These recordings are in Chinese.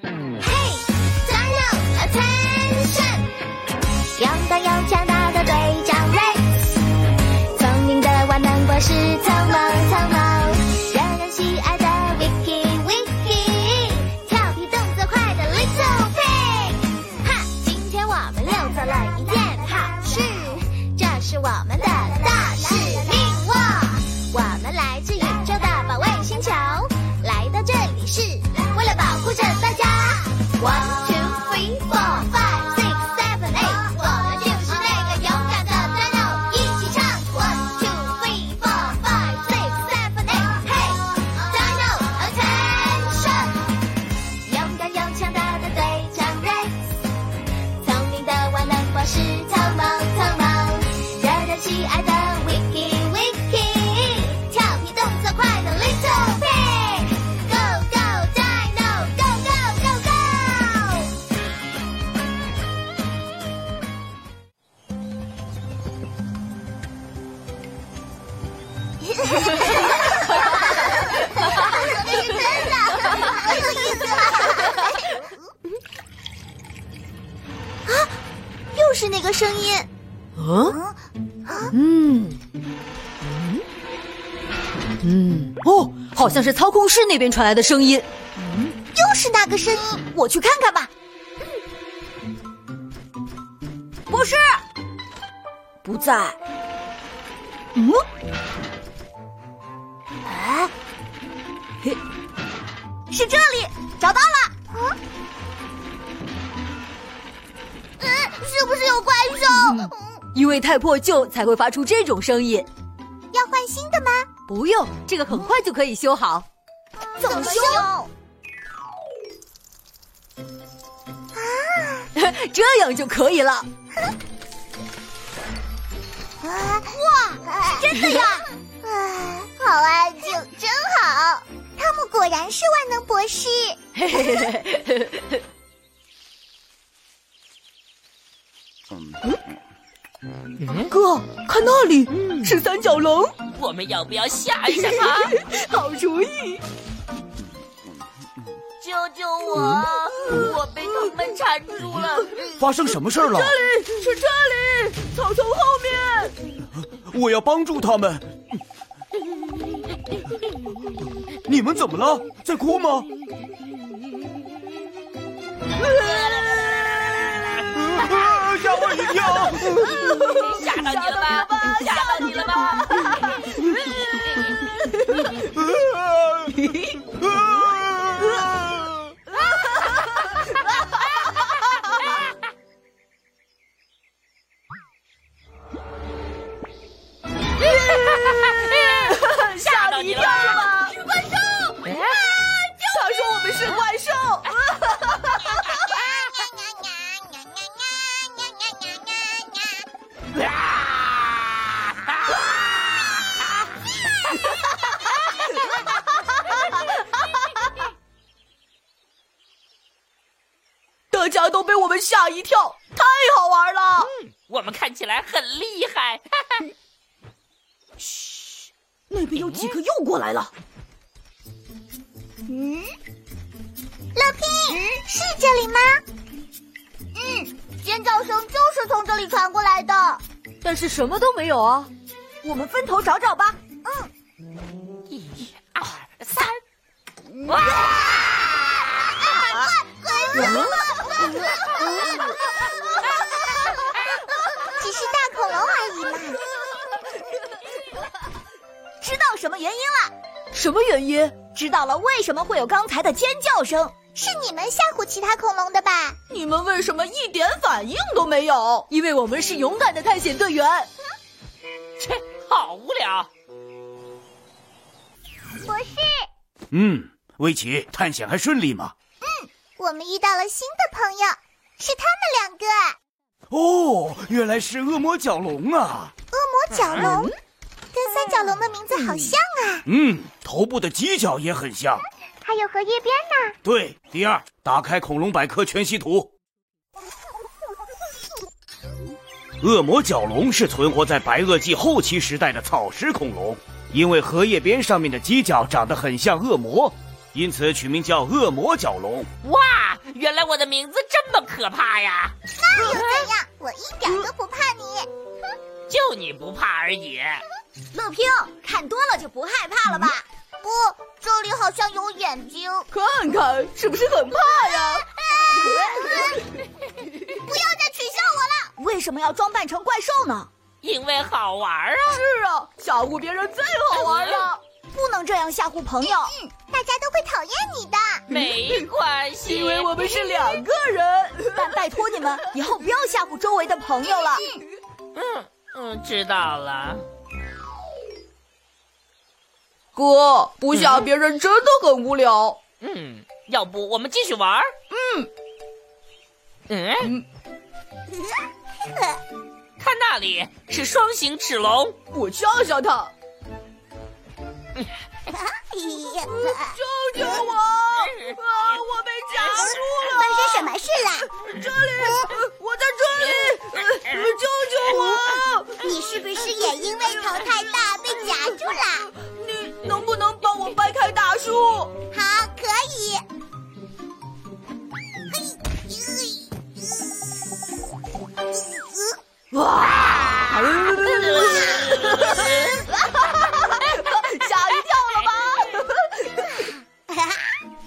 Hey, turn up attention！阳光有强大的队长 Rex，聪明的万能博士草蜢草蜢，惹人喜爱的 Wiki Wiki，调皮动作快的 Little Pig。哈，今天我们又做了一件好事，这是我们的大使命哇！我们来自宇宙的保卫星球，来到这里是为了保护着大家。One two three four five six seven eight，我们就是那个勇敢的 Dino，一起唱 One two three four five six seven eight，嘿，Dino attention，勇敢又强大的队长 Rex。聪明的万能博士草蜢草蜢，惹人喜爱的 Wiki Wiki，调皮动作快的 Little Pig，Go Go Dino Go Go Go Go！又是那个声音，嗯嗯嗯哦，好像是操控室那边传来的声音。又是那个声音，我去看看吧。博士不在。嗯，哎，嘿，是这里，找到了。啊，嗯，是不是有怪兽？嗯因为太破旧才会发出这种声音。要换新的吗？不用，这个很快就可以修好。 怎么修？这样就可以了。 啊！哇，真的呀！啊，好安静，真好。汤姆果然是万能博士。嘿嘿嘿嘿嘿嘿嗯哥，看那里、是三角龙，我们要不要吓一吓他？好主意！救救我！我被他们缠住了。发生什么事儿了？是这里，草丛后面。我要帮助他们。你们怎么了？在哭吗？呃啊吓我一跳！ 吓到你了吧？吓到你了吧？啊吓到你了吧？他说哎我们是怪兽。哎大家都被我们吓一跳，太好玩了！我们看起来很厉害。那边有几个又过来了，乐平，是这里吗？嗯，尖叫声就是从这里传过来的。但是什么都没有啊。我们分头找找吧。一二三，哇！只是大恐龙而已嘛。知道什么原因了？什么原因？知道了为什么会有刚才的尖叫声？是你们吓唬其他恐龙的吧？你们为什么一点反应都没有？因为我们是勇敢的探险队员。切，好无聊。博士，嗯，威奇，探险还顺利吗？我们遇到了新的朋友，是他们两个哦，原来是恶魔角龙啊！恶魔角龙，跟三角龙的名字好像啊，嗯，头部的犄角也很像。还有荷叶边呢。对，第二，打开《恐龙百科全息图》。恶魔角龙是存活在白垩纪后期时代的草食恐龙，因为荷叶边上面的犄角长得很像恶魔，因此取名叫恶魔角龙。哇，原来我的名字这么可怕呀！那又怎样？我一点都不怕你。就你不怕而已。乐平，看多了就不害怕了吧？不，这里好像有眼 睛。看看是不是很怕呀？不要再取笑我了。为什么要装扮成怪兽呢？因为好玩 啊！是啊，吓唬别人最好玩了。不能这样吓唬朋友。嗯，大家都会讨厌你 的。没关系，因为我们是两个人。但拜托你们，以后不要吓唬周围的朋友了。嗯嗯知道了。哥，不吓别人真的很无聊。嗯，要不我们继续玩儿？嗯嗯，看那里是双形齿 龙，我吓吓他，发救救我！啊，我被夹住了，生什么事了？这里，我在这里，呃救救我！你是不是也因为头太大被夹住了？ 你能不能帮我掰开大树？好，可以。哎吓一跳了吧？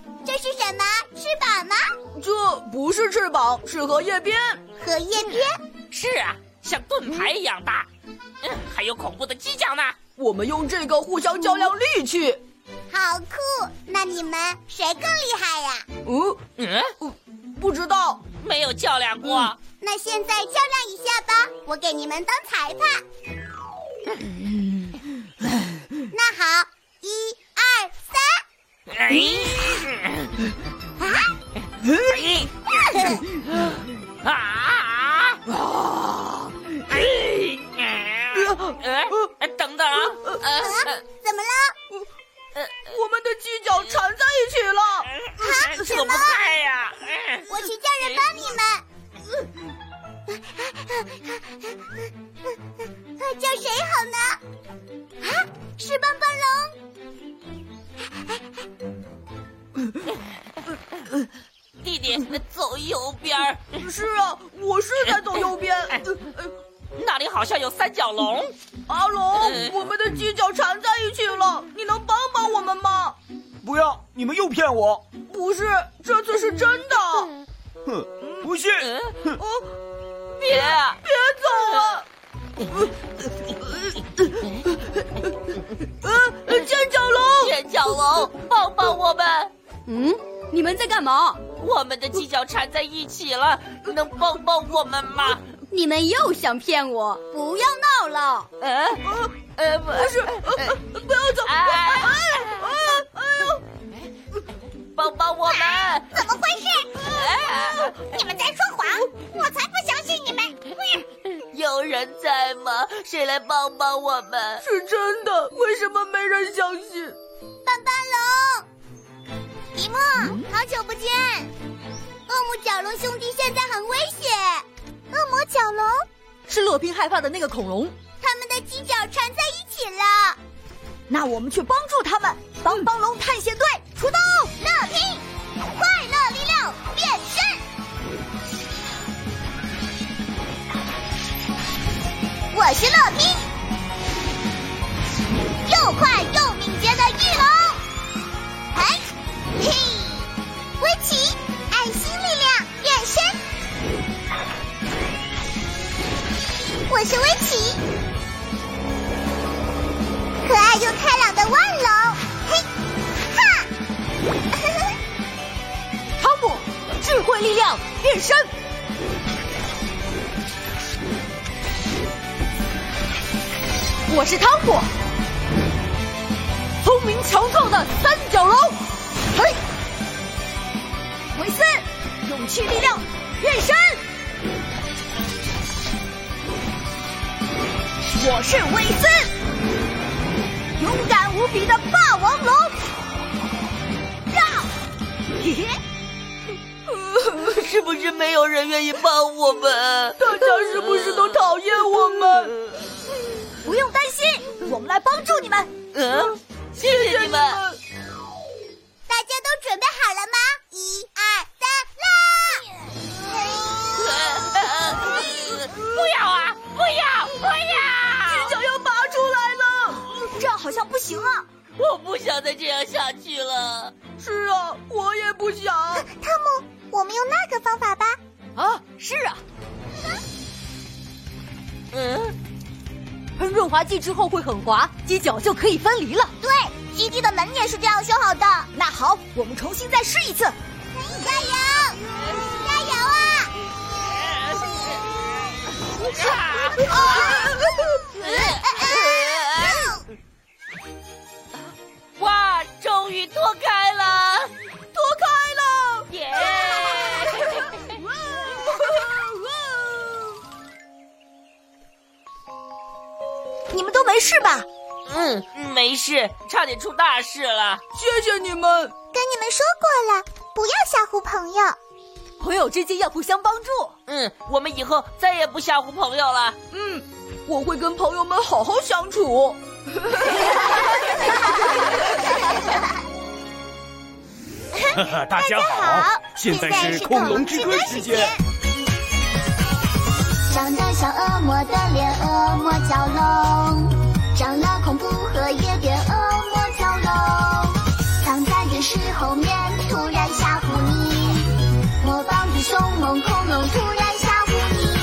这是什么？翅膀吗？这不是翅膀，是荷叶边。荷叶边？是啊，像盾牌一样大。嗯，还有恐怖的犄角呢。我们用这个互相较量力气。好酷！那你们谁更厉害呀？嗯，嗯，不知道。没有较量过。那现在较量一下吧，我给你们当裁判。那好，一二三，哎，啊！啊！哎！哎！等等啊！怎么了？我们的犄角缠在一起了。怎么办呀？我去叫人帮你们。 叫谁好呢？啊，是棒棒龙。弟弟，走右边，是啊，我是在走右边。呃呃那里好像有三角龙。阿龙，我们的犄角缠在一起了，你能帮帮我们吗？不要，你们又骗我！不是，这次是真的。哼，不信。哦，别！别走啊！呃呃呃，尖角龙，尖角龙，帮帮我们！嗯，你们在干嘛？我们的犄角缠在一起了，能帮帮我们吗？你们又想骗我？不要闹了！呃呃，不不是，呃呃不要走！哎哎哎哎呦，帮帮我们！怎么回事？哎，你们在说谎！我才不相信你们！有人在吗？谁来帮帮我们？是真的，为什么没人相信？棒棒龙，迪莫，好久不见！恶魔角龙兄弟现在很危险。恶魔角龙，是洛宾害怕的那个恐龙。他们的犄角缠在一起了。那我们去帮助他们。帮帮龙探险队出动！乐拼，快乐力量变身！我是乐拼，又快又敏捷的翼龙。嘿，嘿，威奇，爱心力量变身。我是威奇，可爱又开朗的万龙。嘿，哈。汤姆，智慧力量变身！我是汤姆，聪明强壮的三角龙。嘿，维斯，勇气力量变身！我是维斯，勇敢无比的霸王龙。让。嘿嘿。是不是没有人愿意帮我们？大家是不是都讨厌我们？不用担心，我们来帮助你们。嗯，谢谢你们。大家都准备好了吗？一二三，啦！不要啊！不要！不要！想要拔出来了。这样好像不行啊！我不想再这样下去了。是啊，我也不想。汤姆，我们用那个方法吧。啊，是啊，嗯，喷润滑剂之后会很滑，犄角就可以分离了。对，基地的门也是这样修好的。那好，我们重新再试一次。加油！加油啊！哇，终于脱开了，脱开了！耶！嗯你们都没事吧？嗯，没事，差点出大事了。谢谢你们。跟你们说过了，不要吓唬朋友。朋友之间要互相帮助。嗯，我们以后再也不吓唬朋友了。嗯，我会跟朋友们好好相处。哈哈，大家好，现在是恐龙之歌时间。长得像恶魔的脸，恶魔角龙，长了恐怖荷叶变恶魔角龙，藏在岩石后面，突然吓唬你，魔棒与凶猛恐龙突然吓唬你，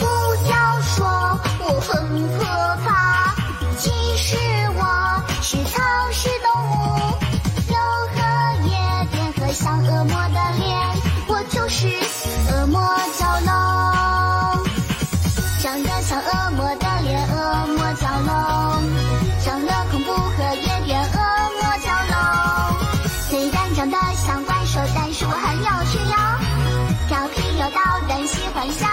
不要说我很可怕，其实我是草食动物，有荷叶边和像恶魔的脸，我就是恶魔角龙。长得像恶魔的脸，恶魔角龙，长得恐怖和也变恶魔角龙。虽然长得像怪兽，但是我很有趣哟。调皮又捣蛋，喜欢吓